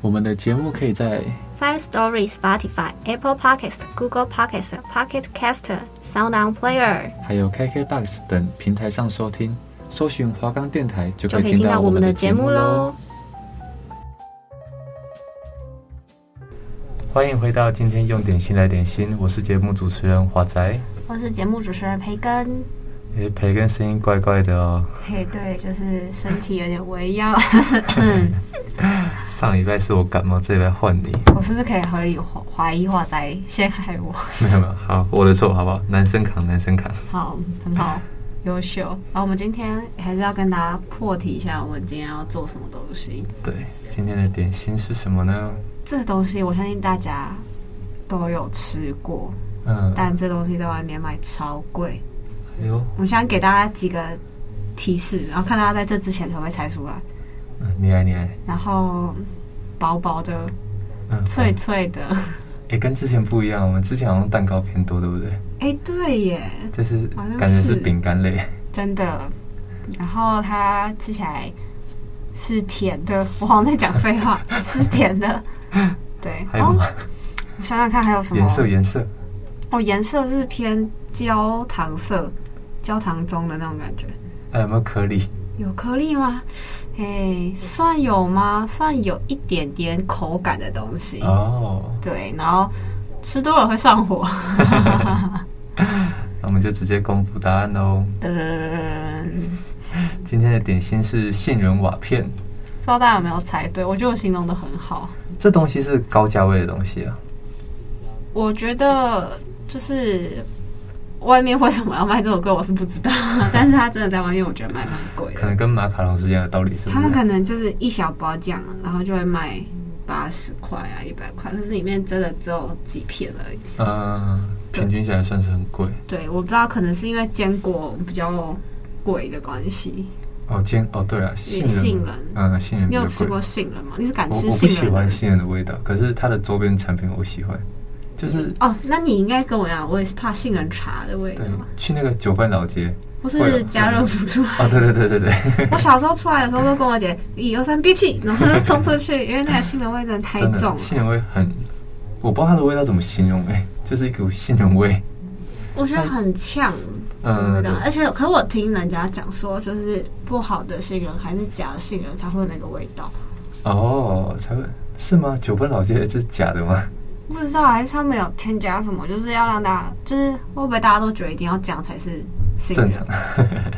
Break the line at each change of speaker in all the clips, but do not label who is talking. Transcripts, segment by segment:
我们的节目可以在
Five Story、Spotify、Apple Podcast、Google Podcast、Pocket Caster、Sound On Player
还有 KKBox 等平台上收听，搜寻华冈电台就
就
可
可
以
以听
听
到
到
我
我
们
们
的
的
节
节
目
目
喽
喽。。欢迎回到今天用点心来点心，我是节目主持人华仔。
我是节目主持人培根。
诶，培根声音怪怪的哦。
嘿，对，就是身体有点微恙，
上礼拜是我感冒，这礼拜换你。
我是不是可以合理怀怀疑华仔陷害我？
没有没有，好，我的错，好不好？男生扛，男生扛。
好，很好，优秀。然后我们今天还是要跟大家破题一下，我们今天要做什么东西。
对，今天的点心是什么呢？
这个东西我相信大家都有吃过，
嗯，
但这东西在外面卖超贵。
哎呦，
我想给大家几个提示，然后看大家在这之前可不可以猜出来。
嗯，你来，你来。
然后薄薄的、
嗯，
脆
哎、
脆的，
诶跟之前不一样，我们之前好像蛋糕偏多，对不对？
哎、对耶，
这是
好像是
感觉是饼干类。
真的。然后它吃起来是甜的，我好像在讲废话，是甜的。对，
还有吗？
我哦想想看还有什么
颜色，颜色。
哦，颜色是偏焦糖色，焦糖棕的那种感觉。
还有没有颗粒？
有颗粒吗？嘿，算有吗？算有一点点口感的东西。
哦，
对，然后吃多了会上火。
那我们就直接公布答案喽。
噔，不
今天的点心是杏仁瓦片，
知道大家有没有猜对？我觉得我形容的很好。
这东西是高价位的东西啊。
我觉得就是外面为什么要卖这么贵，我是不知道。但是它真的在外面，我觉得卖蛮贵
可
的。
能跟马卡龙是一样的道理，是不
他们
是？
可能就是一小包酱，然后就会卖八十块啊、一百块，可是里面真的只有几片而已。
嗯、平均下来算是很贵
对，我不知道，可能是因为坚果比较贵的关系。
哦。煎哦，对了，杏仁，
杏仁
嗯，杏仁比
你
较
有
贵。
吃过杏仁吗？你是敢
我
吃
我不
杏
喜
仁的
欢
人？
杏仁的味道，可是它的周边产品我喜欢，就是
哦，那你应该跟我一样，我也是怕杏仁茶的味道
对，去那个九份老街
或
会有
是加热不 出
哦，
来。
对对对对对，
我小时候出来的时候都跟我姐 一二三憋气，然后就冲出去，因为那个杏仁味真的太
真
重
的
了。
杏仁味很，我不知道它的味道怎么形容哎、就是一股杏仁味，
我觉得很呛的味
嗯对
道，，啊而且可我听人家讲说，就是不好的杏仁还是假的杏仁才会有那个味道。
哦，才会是吗？九份老街是假的吗？
不知道还是他们有添加什么，就是要让大家，就是会不会大家都觉得一定要这样才是杏
正
仁？
常，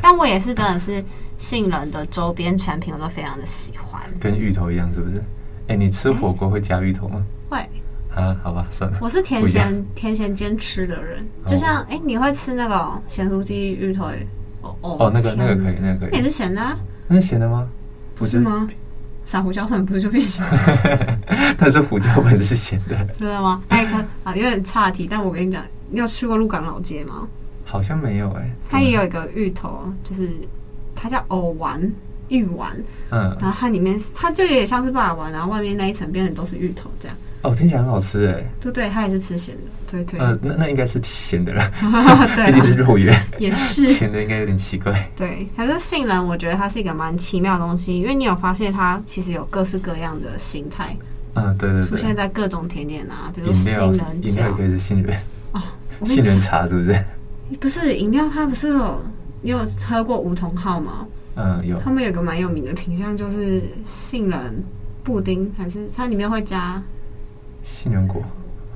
但我也是真的是杏仁的周边产品，我都非常的喜欢。
跟芋头一样是不是？哎、你吃火锅会加芋头吗？
会，
啊，好吧，算了，
我是甜
不一样
咸甜咸兼吃的人，
哦
就像哎、诶你会吃那个咸酥鸡芋头？哦哦
哦，那个那个可以，，那个可
那也
以，
是咸的、啊，
那是咸的吗？不
是？ 吗？撒胡椒粉不是就变咸了，
它是胡椒粉是咸的，
对 的吗？哎，可啊，有点岔题，但我跟你讲，你有去过鹿港老街吗？
好像没有哎、
它也有一个芋头，就是它叫藕丸芋丸，
嗯，
然后它里面它就有点像是霸王丸，然后外面那一层变成都是芋头这样，
哦，听起来很好吃哎。
对对，它也是吃咸的，对对，
呃，那那应该是咸的了，
对
毕竟是
啊，
肉圆，
也 是。
甜的应该有点奇怪。
对，可是杏仁，我觉得它是一个蛮奇妙的东西，因为你有发现它其实有各式各样的形态
嗯，对对
出现
对。
在各种甜点啊，比如
饮
杏
料，
仁
饮料
饺
也可以是杏仁，
啊， 我跟你
杏仁
讲，
茶是不 是？
不是饮料，它不是有你有喝过梧桐号吗？
嗯，有
他们有个蛮有名的品相就是杏仁布丁，还是它里面会加
杏仁果。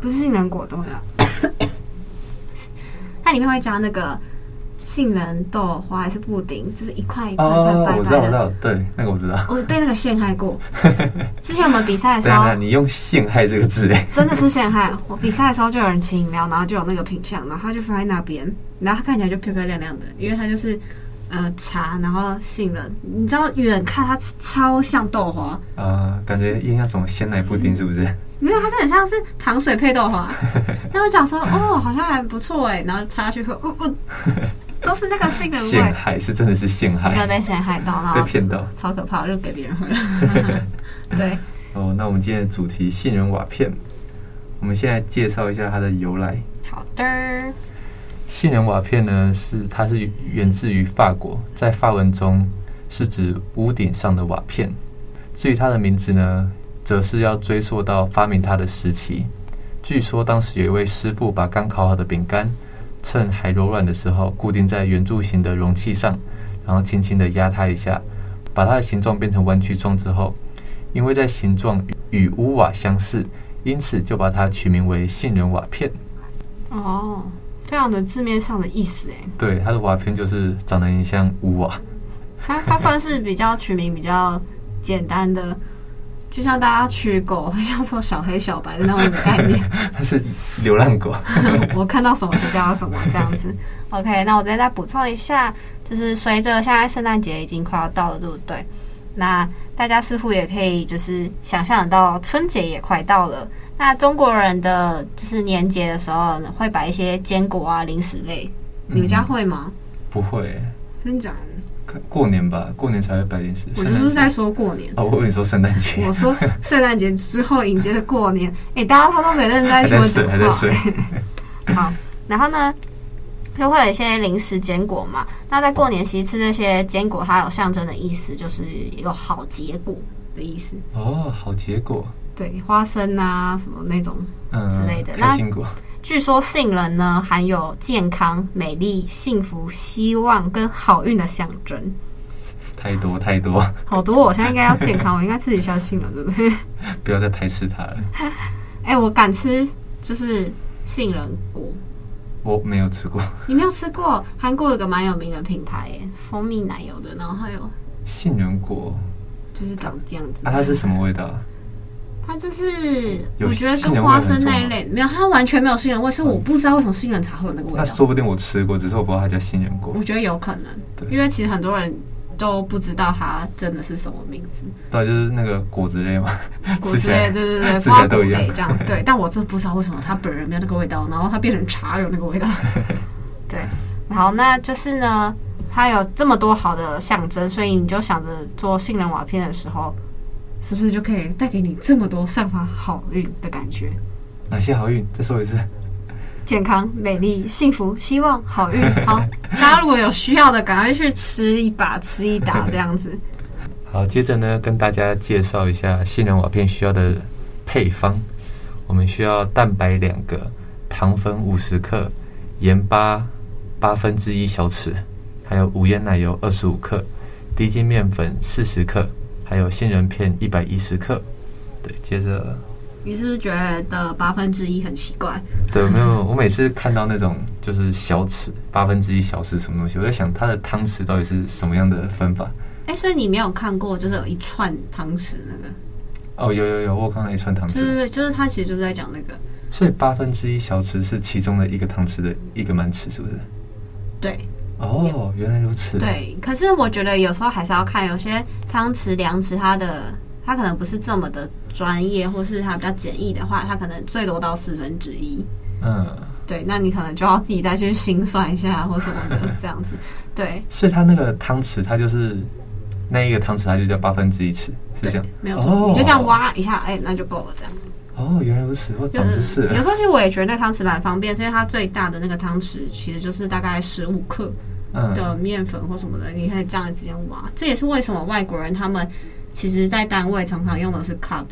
不是杏仁果冻 呀，它里面会加那个杏仁豆花还是布丁，就是一块一块一块
哦，
白
我知道，
白
我知
的。
道，对，那个我知 道。
我被那个陷害 过。之前我们比赛的
等一下，
时
等一下
候，
你用“陷害”这个字，哎，
真的是陷害。我比赛的时候就有人请饮料，然后就有那个品相，然后他就放在那边，然后他看起来就漂漂亮亮的，因为他就是呃茶，然后杏仁，你知道远看它超像豆花，
啊，感觉印象中鲜奶布丁是不是？
没有，它就很像是糖水配 豆花。然后我想说，哦，好像还不错哎，然后插下去喝，我、我都是那个杏仁
陷
味，
害是真的是陷
真的
害，
被谁害到，然
被
后
骗到。
超可怕，我就给别人喝了。 对，
哦，那我们今天的主题杏仁瓦片，我们先来介绍一下它的由来。
好的，
杏仁瓦片呢，是它是源自于法国，在法文中是指屋顶上的瓦片。至于它的名字呢，则是要追溯到发明它的时期。据说当时有一位师傅把刚烤好的饼干，趁还柔软的时候，固定在圆柱形的容器上，然后轻轻地压它一下，把它的形状变成弯曲状之后，因为在形状与屋瓦相似，因此就把它取名为杏仁瓦片。
哦，非常的字面上的意思哎，
对，它的瓦片就是长得很像屋 瓦。
它它算是比较取名比较简单的，就像大家取狗，像说小黑小白的那种概念。
它是流浪狗。
我看到什么就叫它什么这样子。OK，那我再再补充一下，就是随着现在圣诞节已经快要到了，对不对？那大家似乎也可以就是想象得到春节也快到了。那中国人的就是年节的时候会摆一些坚果啊、零食类，
嗯
你们家会吗？
不会，
真假的？
看过年吧，过年才会摆零食。
我就是
圣
在
诞节
说过年。
哦，我以为你说圣诞节
我，说圣诞节之后迎接着过年，哎、大家他都没认真在
还
听
在
我
睡，
讲
还在
话
睡。。
好，然后呢，就会有一些零食坚果嘛。那在过年其实吃这些坚果，它有象征的意思，就是有好结果的意思。
哦，好结果，
对，花生啊什么那种。
嗯，
之类的那
开心果。
据说杏仁呢含有健康、美丽、幸福、希望跟好运的象征，
太多太多，
好多哦。我现在应该要健康，我应该吃一下杏仁，对不对？
不要再排斥它了。
哎、我敢吃，就是杏仁果。
我没有吃过
你没有吃过？韩国有个蛮有名的品牌耶，蜂蜜奶油的，然后还有
杏仁果，
就是长这样子。
啊，它是什么味道啊？
它就是
有
我觉得
杏
跟
仁味
花
很
生
重
那一
吗
类没有，它完全没有杏仁味，所以我不知道为什么杏仁茶会有那个味
那
道。嗯
说不定我吃过，只是我不知道它叫杏仁果
我。觉得有可能，
对
因为其实很多人都不知道它真的是什么名 字，
对，就是那个果子类嘛，
果
吃
之
起
类，
来
对对对，
吃起
瓜
来
果
都一样
类。 这样。对，但我真的不知道为什么它本人没有那个味道，然后它变成茶有那个 味道。对，好，那就是呢，它有这么多好的象征，所以你就想着做杏仁瓦片的时候，是不是就可以带给你这么多散发好运的感觉？
哪些好运？再说一次。
健康、美丽、幸福、希望、好 运。好，大家如果有需要的，赶快去吃一把、吃一打这样子。
好，接着呢，跟大家介绍一下杏仁瓦片需要的配方。我们需要蛋白两个，糖粉五十克，盐巴八分之一小匙，还有无盐奶油二十五克，低筋面粉四十克，还有杏仁片一百一十克。对，接着，
你是不是觉得八分之一很奇怪？
对，没有，我每次看到那种就是小匙八分之一小匙什么东西，我在想它的汤匙到底是什么样的分法。
哎、所以你没有看过，就是有一串汤匙那个，
哦，有有有，我刚才一串糖
就
匙。
是就是他其实就是在讲那个，
所以八分之一小匙是其中的一个汤匙的一个满匙，是不是？
对
哦，原来如此。，
对。可是我觉得有时候还是要看，有些汤匙、量匙，它的它可能不是这么的专业，或是它比较简易的话，它可能最多到四分之一。
嗯，
对，那你可能就要自己再去心算一下或什么的这样子。对，
所以它那个汤匙，它就是那一个汤匙，它就叫八分之一匙，是
对
这样。
没有错，
哦
你就这样挖一下，哎、那就够了，这样。
哦，原来如此，我长知识
有
了。
时候其实我也觉得那汤匙蛮方便，是因为它最大的那个汤匙其实就是大概十五克
嗯，
的面粉或什么的，你可以这样直接挖。这也是为什么外国人他们其实在单位常常用的是 cup，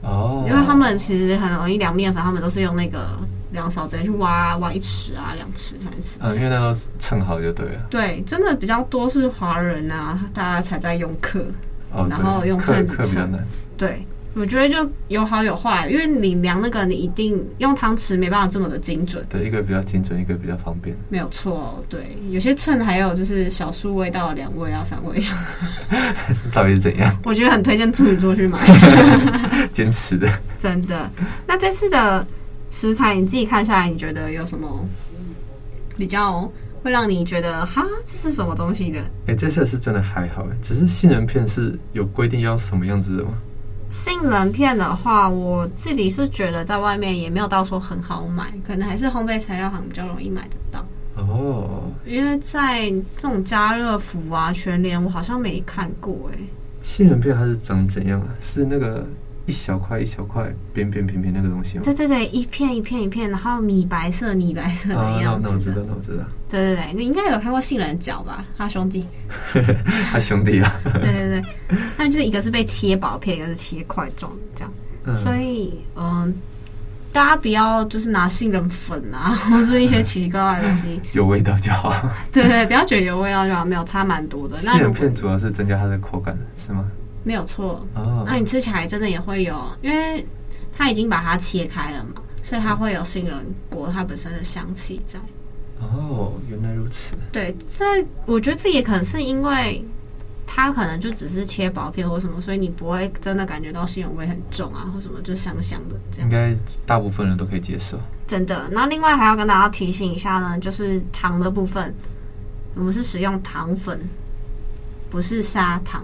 哦，
因为他们其实很容易量面粉，他们都是用那个量勺直接去挖挖一尺啊、两尺、三尺。
嗯，因为那都称好就对了。
对，真的比较多是华人啊，大家才在用克。
哦，
然后
对
用
克
秤子
克比较
称
难。
对，我觉得就有好有坏，因为你量那个，你一定用汤匙没办法这么的精准，
对，一个比较精准，一个比较方便。
没有错。对，有些秤还有就是小数位到两位啊、三位，
到底是怎样
我觉得很推荐处女座去买，
坚持的？
真的。那这次的食材你自己看下来，你觉得有什么比较会让你觉得哈这是什么东西的。
哎、这次是真的还好哎，只是杏仁片是有规定要什么样子的吗？
杏仁片的话，我自己是觉得在外面也没有到说很好买，可能还是烘焙材料行比较容易买得到。
哦，
因为在这种家乐福啊、全联，我好像没看过哎、
杏仁片它是长怎样啊？是那个一小块一小块扁扁平平那个东西吗？
对对对，一片一片一片，然后米白色、米白色
啊
的，
那
样
那我
子
知
的。
道，那我知道，
对对对，你应该有看过杏仁角吧？他兄弟。
他兄弟啊，
对对对，他们就是一个是被切薄片，一个是切块状的这样。所
嗯，
以嗯、大家不要就是拿杏仁粉啊， 或是一些奇奇怪怪的东西，
有味道就好。
对对，不要觉得有味道就好，没有差蛮多的。
杏
那如
仁
果
片主要是增加它的口感，是吗？
没有错，
哦，
那你吃起来真的也会有，因为它已经把它切开了嘛，所以它会有杏仁果它本身的香气在。
哦，原来如此。
对，但我觉得这也可能是因为它可能就只是切薄片或什么，所以你不会真的感觉到杏仁味很重啊，或什么就香香的这
应
样。
该大部分人都可以接受。
真的。然后另外还要跟大家提醒一下呢，就是糖的部分，我们是使用糖粉，不是砂糖。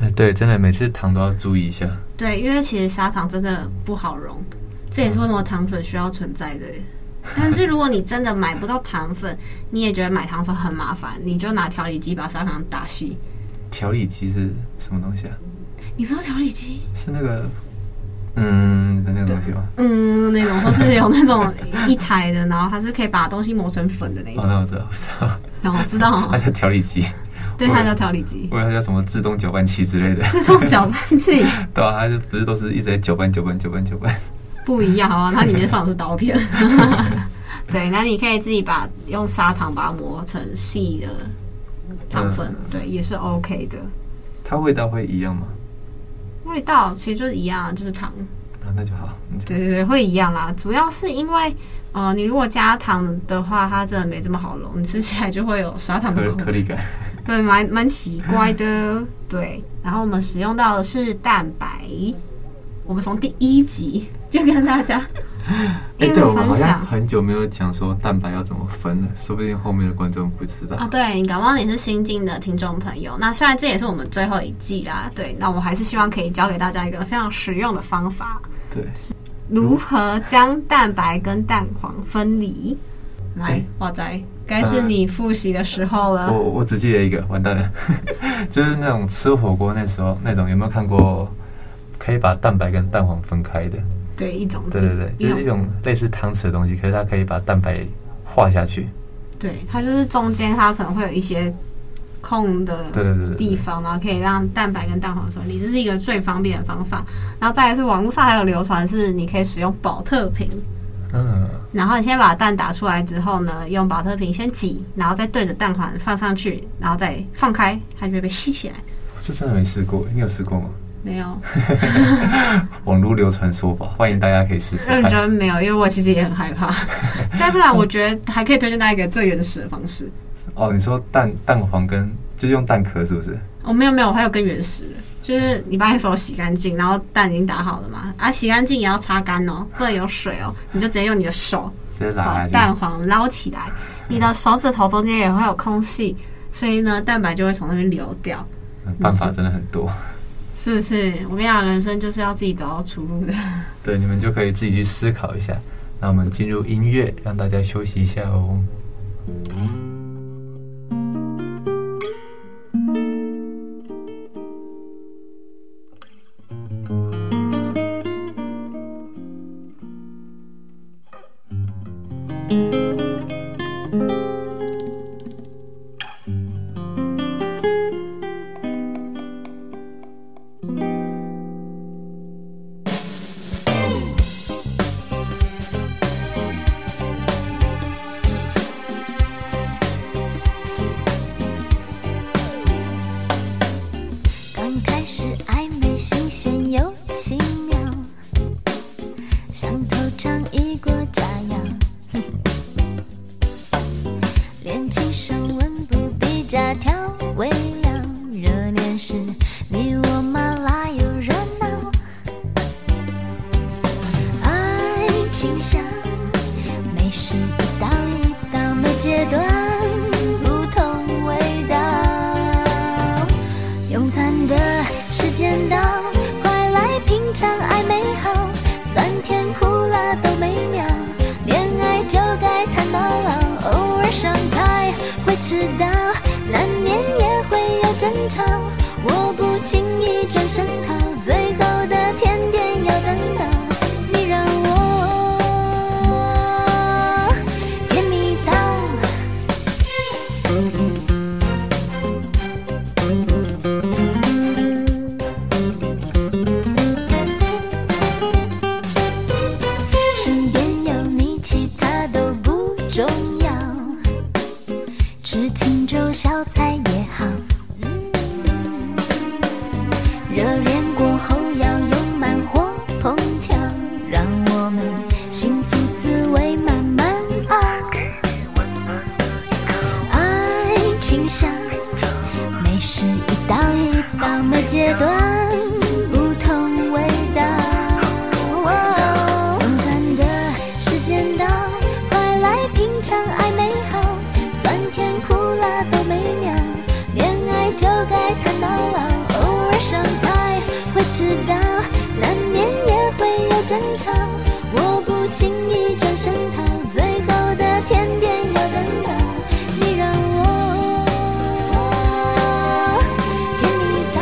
哎、对，真的每次糖都要注意一下。
对，因为其实砂糖真的不好溶，这也是为什么糖粉需要存在的。但是如果你真的买不到糖粉，你也觉得买糖粉很麻烦，你就拿调理机把砂糖打稀。
调理机是什么东西啊？
你不知道调理机？
是那个嗯的那个东西吗？
嗯，那种或是有那种一台的，然后它是可以把东西磨成粉的那
哦，
种。
那我知道，我知道，
然后知道
它
吗？
叫调理机，
对，
我
它叫调理机，
我以为它叫什么自动搅拌器之类的。
自动搅拌器
对啊，它就不是都是一直在搅拌、搅拌、搅拌、搅拌。
不一样啊，它里面放的是刀片。对，那你可以自己把用砂糖把它磨成细的糖粉，对，也是 OK 的。
它味道会一样吗？
味道其实就是一样啊，就是糖。
啊，那就好。那就
对对对，会一样啦。主要是因为，呃，你如果加糖的话，它真的没这么好溶，你吃起来就会有砂糖的
颗
口
颗
感，
粒感。
对，蛮蛮奇怪 的。对，然后我们使用到的是蛋白，我们从第一集就跟 大家一
哎、
路
对，我们好
分
像
享。
很久没有讲说蛋白要怎么分了，说不定后面的观众不知道。
啊，对，你搞不好你是新进的听众朋友。那虽然这也是我们最后一季啦，对，那我还是希望可以教给大家一个非常实用的方法。
对，
如何将蛋白跟蛋黄分离？来
哎，
哇仔，该是你复习的时候了
我。我只记得一个，完蛋了， 就是那种吃火锅那时候那种有没有看过？可以把蛋白跟蛋黄分开的，
对，一种
对对对，
一
就是一
种，
种类似汤匙的东西，可是它可以把蛋白化下去。
对，它就是中间它可能会有一些空
对
的
对对对
地
对，
方，然后可以让蛋白跟蛋黄分离，这是一个最方便的方法。然后再来是网络上还有流传是你可以使用保特瓶，
嗯，
然后你先把蛋打出来之后呢，用保特瓶先挤，然后再对着蛋黄放上去，然后再放开，它就会被吸起来。
我是真的没试过，你有试过吗？
没有，
网络流传说法，欢迎大家可以试试
认
看。
真没有，因为我其实也很害怕。再不然，我觉得还可以推荐大家一个最原始的方式。
哦，你说蛋蛋黄跟就用蛋壳是不是？
哦，没有没有，我还有更原始的，就是你把你手洗干净，然后蛋已经打好了嘛，啊，洗干净也要擦干哦，不能有水哦，你就直接用你的手
直接
把
拉下
哦蛋
去。
黄捞起来，你的手指头中间也会有空隙，所以呢，蛋白就会从那边流掉，
嗯办法真的很多，
是不是？我跟你讲，人生就是要自己找到出路的。
对，你们就可以自己去思考一下。那我们进入音乐，让大家休息一下哦。
刚开始暧昧新鲜又奇妙，像头尝一锅炸药， 练气升温不必加调味料，热恋时你我麻辣油知道，难免也会有争吵。我不轻易转身逃，最后的甜点要等到你让我甜蜜到。身边有你，其他都不重要。吃清粥小菜也好。嗯热恋过后要用慢火烹调，让我们幸福滋味慢慢熬。爱情像美食，一道一道末阶段。不同味道。晚餐的时间到，快来品尝爱美好，酸甜苦辣都美妙。恋爱就该谈到老，偶尔上菜会迟到，难免也会有争吵。我不轻易转身逃，最后的甜点要等到你让我甜蜜到。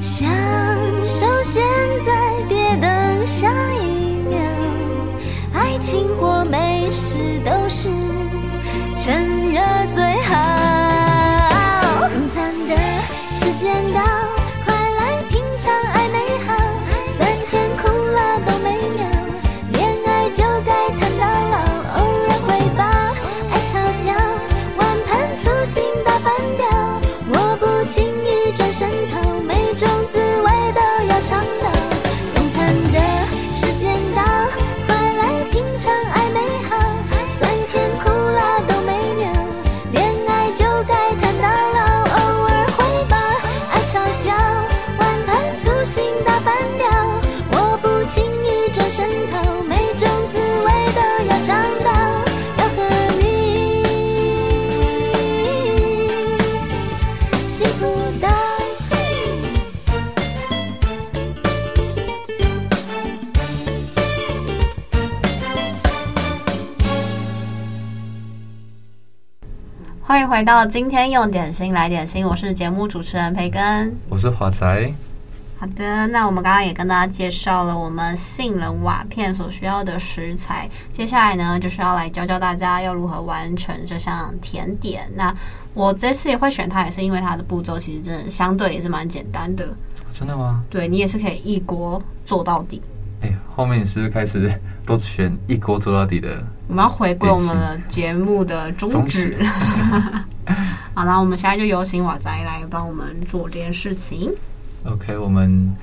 享受现在，别等下一秒。爱情或美食都是趁热最好。午餐的时间到，快来品尝爱美好，酸甜苦辣都美妙。恋爱就该谈到老，偶尔会吧，爱吵架，碗盘粗心打翻掉。我不轻易转身逃，每种滋味都要尝到。用餐的时间到，快来品尝爱美好，酸甜苦辣都美妙。恋爱就该谈到老，偶尔会吧，爱吵架，碗盘粗心打翻掉。我不轻易转身逃，每种滋味都要尝到，要和你。幸福的。
欢迎回到今天用点心来点心，我是节目主持人培根。
我是华仔，
好的，那我们刚刚也跟大家介绍了我们杏仁瓦片所需要的食材，接下来呢就是要来教教大家要如何完成这项甜点。那我这次也会选它，也是因为它的步骤其实真的相对也是蛮简单的，
真的吗？
对你也是可以一锅做到底。
哎、后面你是不是开始都选一锅做到底的？
我们要回归我们的节目的宗
宗
旨
旨。
好啦，我们现在就有请瓦仔来帮我们做这件事情。
OK，我们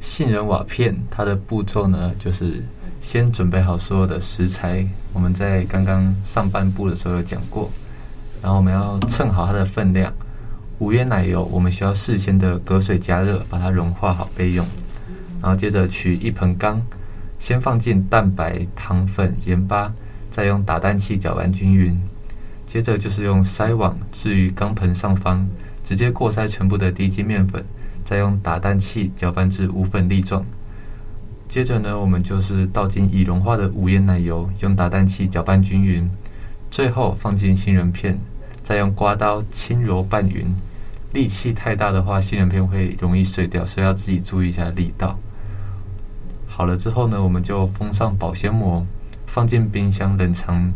杏仁瓦片它的步骤呢，就是先准备好所有的食材。我们在刚刚上半部的时候有讲过，然后我们要称好它的分量。无烟奶油我们需要事先的隔水加热，把它融化好备用。然后接着取一盆缸，先放进蛋白、糖粉、盐巴，再用打蛋器搅拌均匀。接着就是用筛网置于钢盆上方，直接过筛全部的低筋面粉，再用打蛋器搅拌至无粉粒状。接着呢，我们就是倒进已融化的无盐奶油，用打蛋器搅拌均匀。最后放进杏仁片，再用刮刀轻揉拌匀。力气太大的话，杏仁片会容易碎掉，所以要自己注意一下力道。好了之后呢，我们就封上保鲜膜，放进冰箱冷藏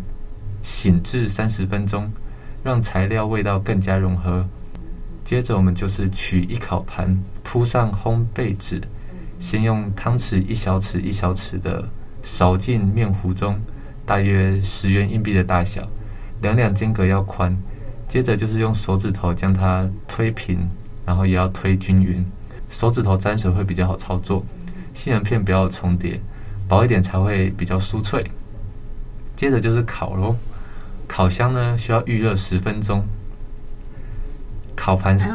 醒至三十分钟，让材料味道更加融合。接着我们就是取一烤盘，铺上烘焙纸，先用汤匙一小匙一小匙的勺进面糊中，大约十元硬币的大小，两两间隔要宽。接着就是用手指头将它推平，然后也要推均匀，手指头沾水会比较好操作。杏仁片不要重叠，薄一点才会比较酥脆。接着就是烤喽，烤箱呢需要预热十分钟。烤盘，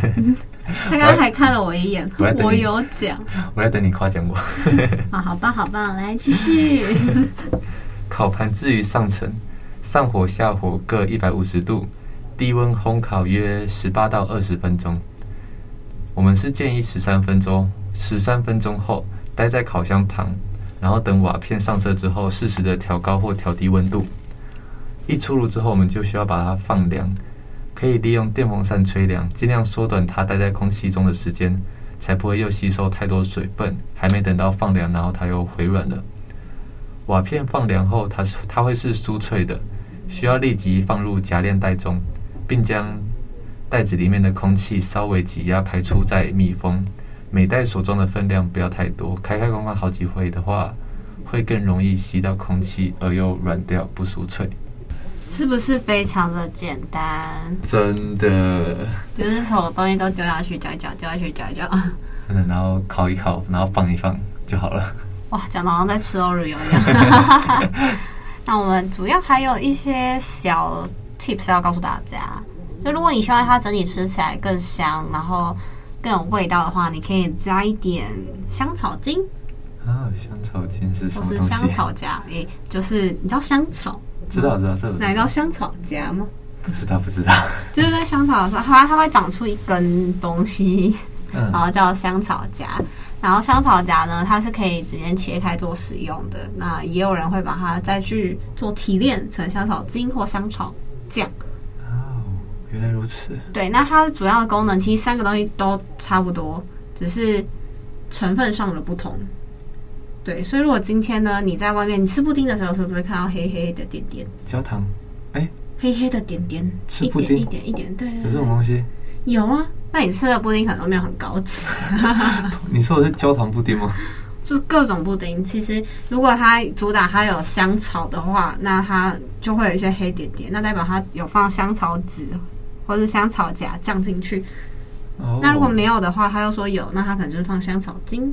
哎呦他刚刚还看了我一眼
我还，等你
我有讲
我在等你夸奖我。
啊，好棒好棒，来继续。
烤盘置于上层，上火下火各一百五十度，低温烘烤约十八到二十分钟。我们是建议十三分钟，十三分钟后待在烤箱旁，然后等瓦片上色之后，适时的调高或调低温度。一出炉之后，我们就需要把它放凉，可以利用电风扇吹凉，尽量缩短它待在空气中的时间，才不会又吸收太多水分。还没等到放凉，然后它又回软了。瓦片放凉后，它是它会是酥脆的，需要立即放入夹链袋中，并将袋子里面的空气稍微挤压排出再密封。每袋所装的分量不要太多，开开关关好几回的话，会更容易吸到空气而又软掉不酥脆。
是不是非常的简单？
真的，
就是什么东西都丢下去搅一搅，丢下去搅一搅。
真的，然后烤一烤，然后放一放就好了。
哇，讲的好像在吃 Oreo 一样。 那我们主要还有一些小 tips 要告诉大家，就如果你希望它整体吃起来更香，然后更有味道的话，你可以加一点香草精
啊，香草精是什
或
么
哦是
东西？啊
香草荚，诶、就是你知道香草
知道知道，这个
哪一道香草荚吗？
不知道不知道。
就是在香草的时候，它它会长出一根东西，
嗯
然后叫香草荚。然后香草荚呢，它是可以直接切开做使用的。那也有人会把它再去做提炼成香草精或香草酱。
哦，原来如此。
对，那它主要的功能其实三个东西都差不多，只是成分上的不同。对，所以如果今天呢，你在外面你吃布丁的时候，是不是看到黑黑的点点？
焦糖
黑黑的点点，
吃
一
布
点
丁
一点一点，对对
有
对
这种东西？
有啊，那你吃的布丁可能都没有很高级，
你说的是焦糖布丁吗？
就是各种布丁。其实如果它主打它有香草的话，那它就会有一些黑点点，那代表它有放香草籽或是香草荚酱进去。
哦
那如果没有的话，他又说有，那他可能就是放香草精。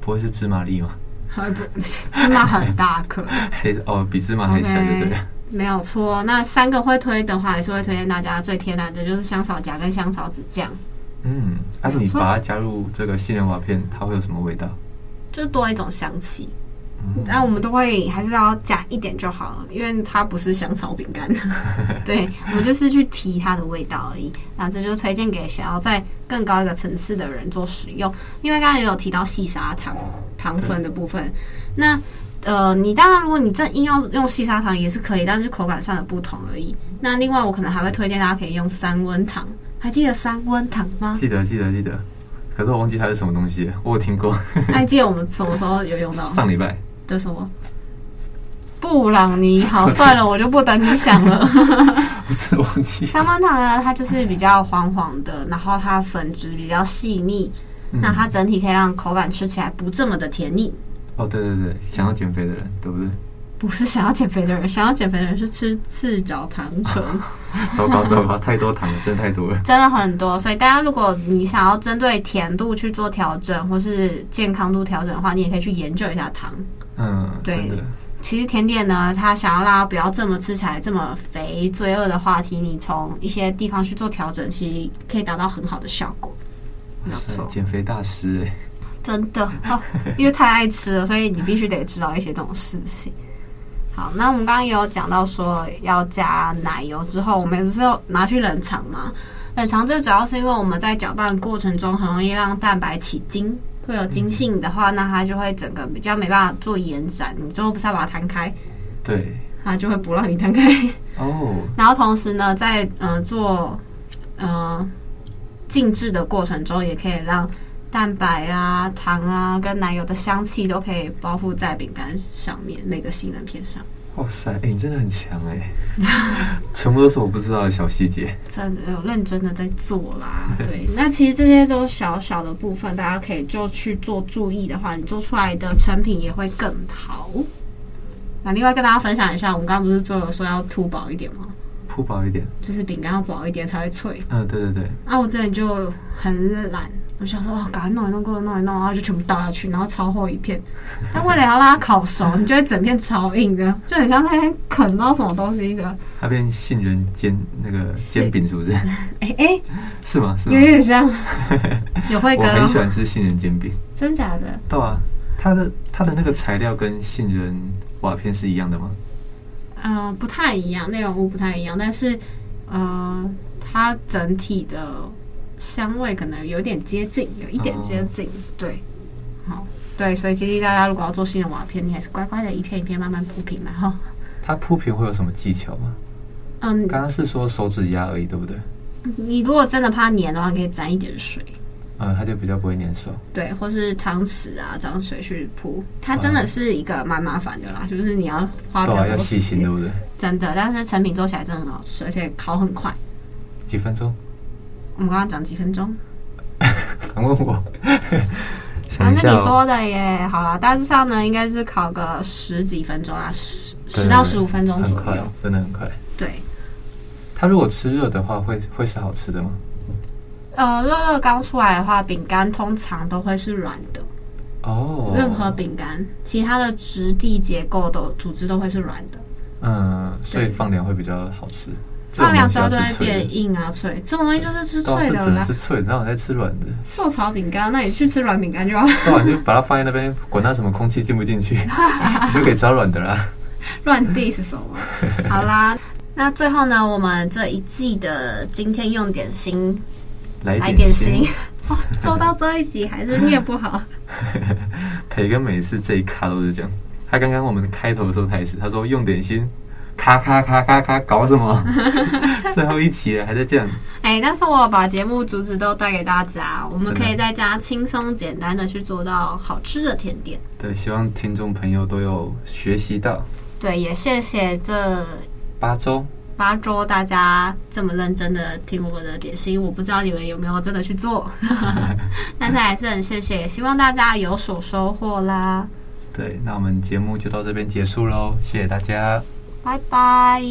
不会是芝麻粒吗？
还不 芝麻很大颗，
黑哦，比芝麻还小就对了。
没有错。那三个会推的话，还是会推荐大家最天然的就是香草荚跟香草籽酱，
嗯，那、
没有
你
错
把它加入这个杏仁瓦片，它会有什么味道？
就是多一种香气。
嗯
但我们都会还是要加一点就好了，因为它不是香草饼干，对我们就是去提它的味道而已。那这就推荐给想要在更高一个层次的人做使用，因为刚才也有提到细砂糖糖分的部分，那。呃，你当然，如果你真硬要用细砂糖也是可以，但是口感上的不同而已。那另外，我可能还会推荐大家可以用三温糖，还记得三温糖 吗？
记得记得记得，可是我忘记它是什么东西了，我有听过，
还记得我们什么时候有用到？
上礼拜
的什么？布朗尼，好，算了，我就不等你想了。
我真的忘记。
三温糖呢，它就是比较黄黄的，然后它粉质比较细腻，
嗯
那它整体可以让口感吃起来不这么的甜腻。
哦，对对对，想要减肥的人，对不对？
不是想要减肥的人，想要减肥的人是吃赤藻糖醇，
糟糕糟 糕，太多糖了，真的太多了。
真的很多。所以大家如果你想要针对甜度去做调整，或是健康度调整的话，你也可以去研究一下糖。
嗯，
对
真的，
其实甜点呢，它想要让它不要这么吃起来这么肥罪恶的话，其实你从一些地方去做调整，其实可以达到很好的效果。没有错，
哎减肥大师哎，
真的哦，因为太爱吃了，所以你必须得知道一些这种事情。好，那我们刚刚也有讲到说要加奶油之后，我们不是要拿去冷藏吗？冷藏最主要是因为我们在搅拌过程中很容易让蛋白起筋，会有筋性的话，那它就会整个比较没办法做延展。你最后不是要把它摊开？
对，
它就会不让你摊开。
哦，
然后同时呢，在呃做呃静置的过程中，也可以让蛋白啊、糖啊跟奶油的香气都可以包覆在饼干上面，每个杏仁片上。
哇塞，哎，你真的很强 哎，全部都是我不知道的小细节。
真的有认真的在做啦，对。那其实这些都小小的部分，大家可以就去做注意的话，你做出来的成品也会更好。那另外跟大家分享一下，我们刚刚不是做有说要凸薄一点吗？
铺薄一点，
就是饼干要薄一点才会脆。
嗯，对对对，
啊，我之前就很懒，我想说哦，赶快弄一弄，给我弄一弄，然后就全部倒下去，然后超厚一片。但为了要让它烤熟，你就会整片超硬的，就很像在那边啃到什么东西的。
那边杏仁煎那个
是
煎饼是不 是？
哎、哎、
是吗？是吗
有？点像，有会
我
跟
很喜
哦，
欢吃杏仁煎饼，
真假的？
对啊，它的它的那个材料跟杏仁瓦片是一样的吗？
嗯、不呃太一样，内容物不太一样，但是呃，它整体的香味可能有点接近，有一点接近，对，好，对，所以建议大家如果要做杏仁瓦片，你还是乖乖的一片一片慢慢铺平，然后，
它铺平会有什么技巧吗？
嗯，
刚刚是说手指压而已，对不对？
你如果真的怕黏的话，你可以沾一点水，
嗯，它就比较不会粘手。
对，或是汤匙啊，这样水去铺，它真的是一个蛮麻烦的啦，就是你要花比
豆
较
芽要
多
细
时
嗯心，对
间，
不对？
真的，但是成品做起来真的很好吃，而且烤很快。
几分钟？
我们刚刚讲几分钟
敢问 我？
啊？
想一
那
下
你
哦，
说的耶，好啦，大致上呢，应该是烤个十几分钟啊，十
对
十到十五分钟
很
左
快
右。，
真的很快。
对，
它如果吃热的话，会会是好吃的吗？
呃，热热刚出来的话，饼干通常都会是软的，
哦，
任何饼干，其他的质地结构的组织都会是软的。
嗯，所以
对
放凉会比较好吃。这种
放凉
东西
之后
要
就
吃
会
脆的
变硬啊，脆。这种东西就是吃
对啊
脆
这只
的
能
啦
吃。脆的，然后再吃软的，
寿桃饼干，那你去吃软饼干就好。
不然就把它放在那边，管它什么空气进不进 去，你就可以吃到软的啦。
乱 diss 什么？好啦，那最后呢，我们这一季的今天用点心
来
来
一
点
点
心， 哦，做到这一集还是念不好。
培根每次这一卡都是这样。他刚刚我们开头的时候，他也是，他说用点心，咔咔咔咔咔，搞什 么？最后一期了还在这样，
哎、但是我把节目主旨都带给大家，我们
真的
可以在家轻松简单的去做到好吃的甜点。
对，希望听众朋友都有学习到。
对，也谢谢这
八周，
八周大家这么认真的听我的点心，我不知道你们有没有真的去做，但是还是很谢谢，也希望大家有所收获啦，
对，那我们节目就到这边结束喽，谢谢大家。
拜拜。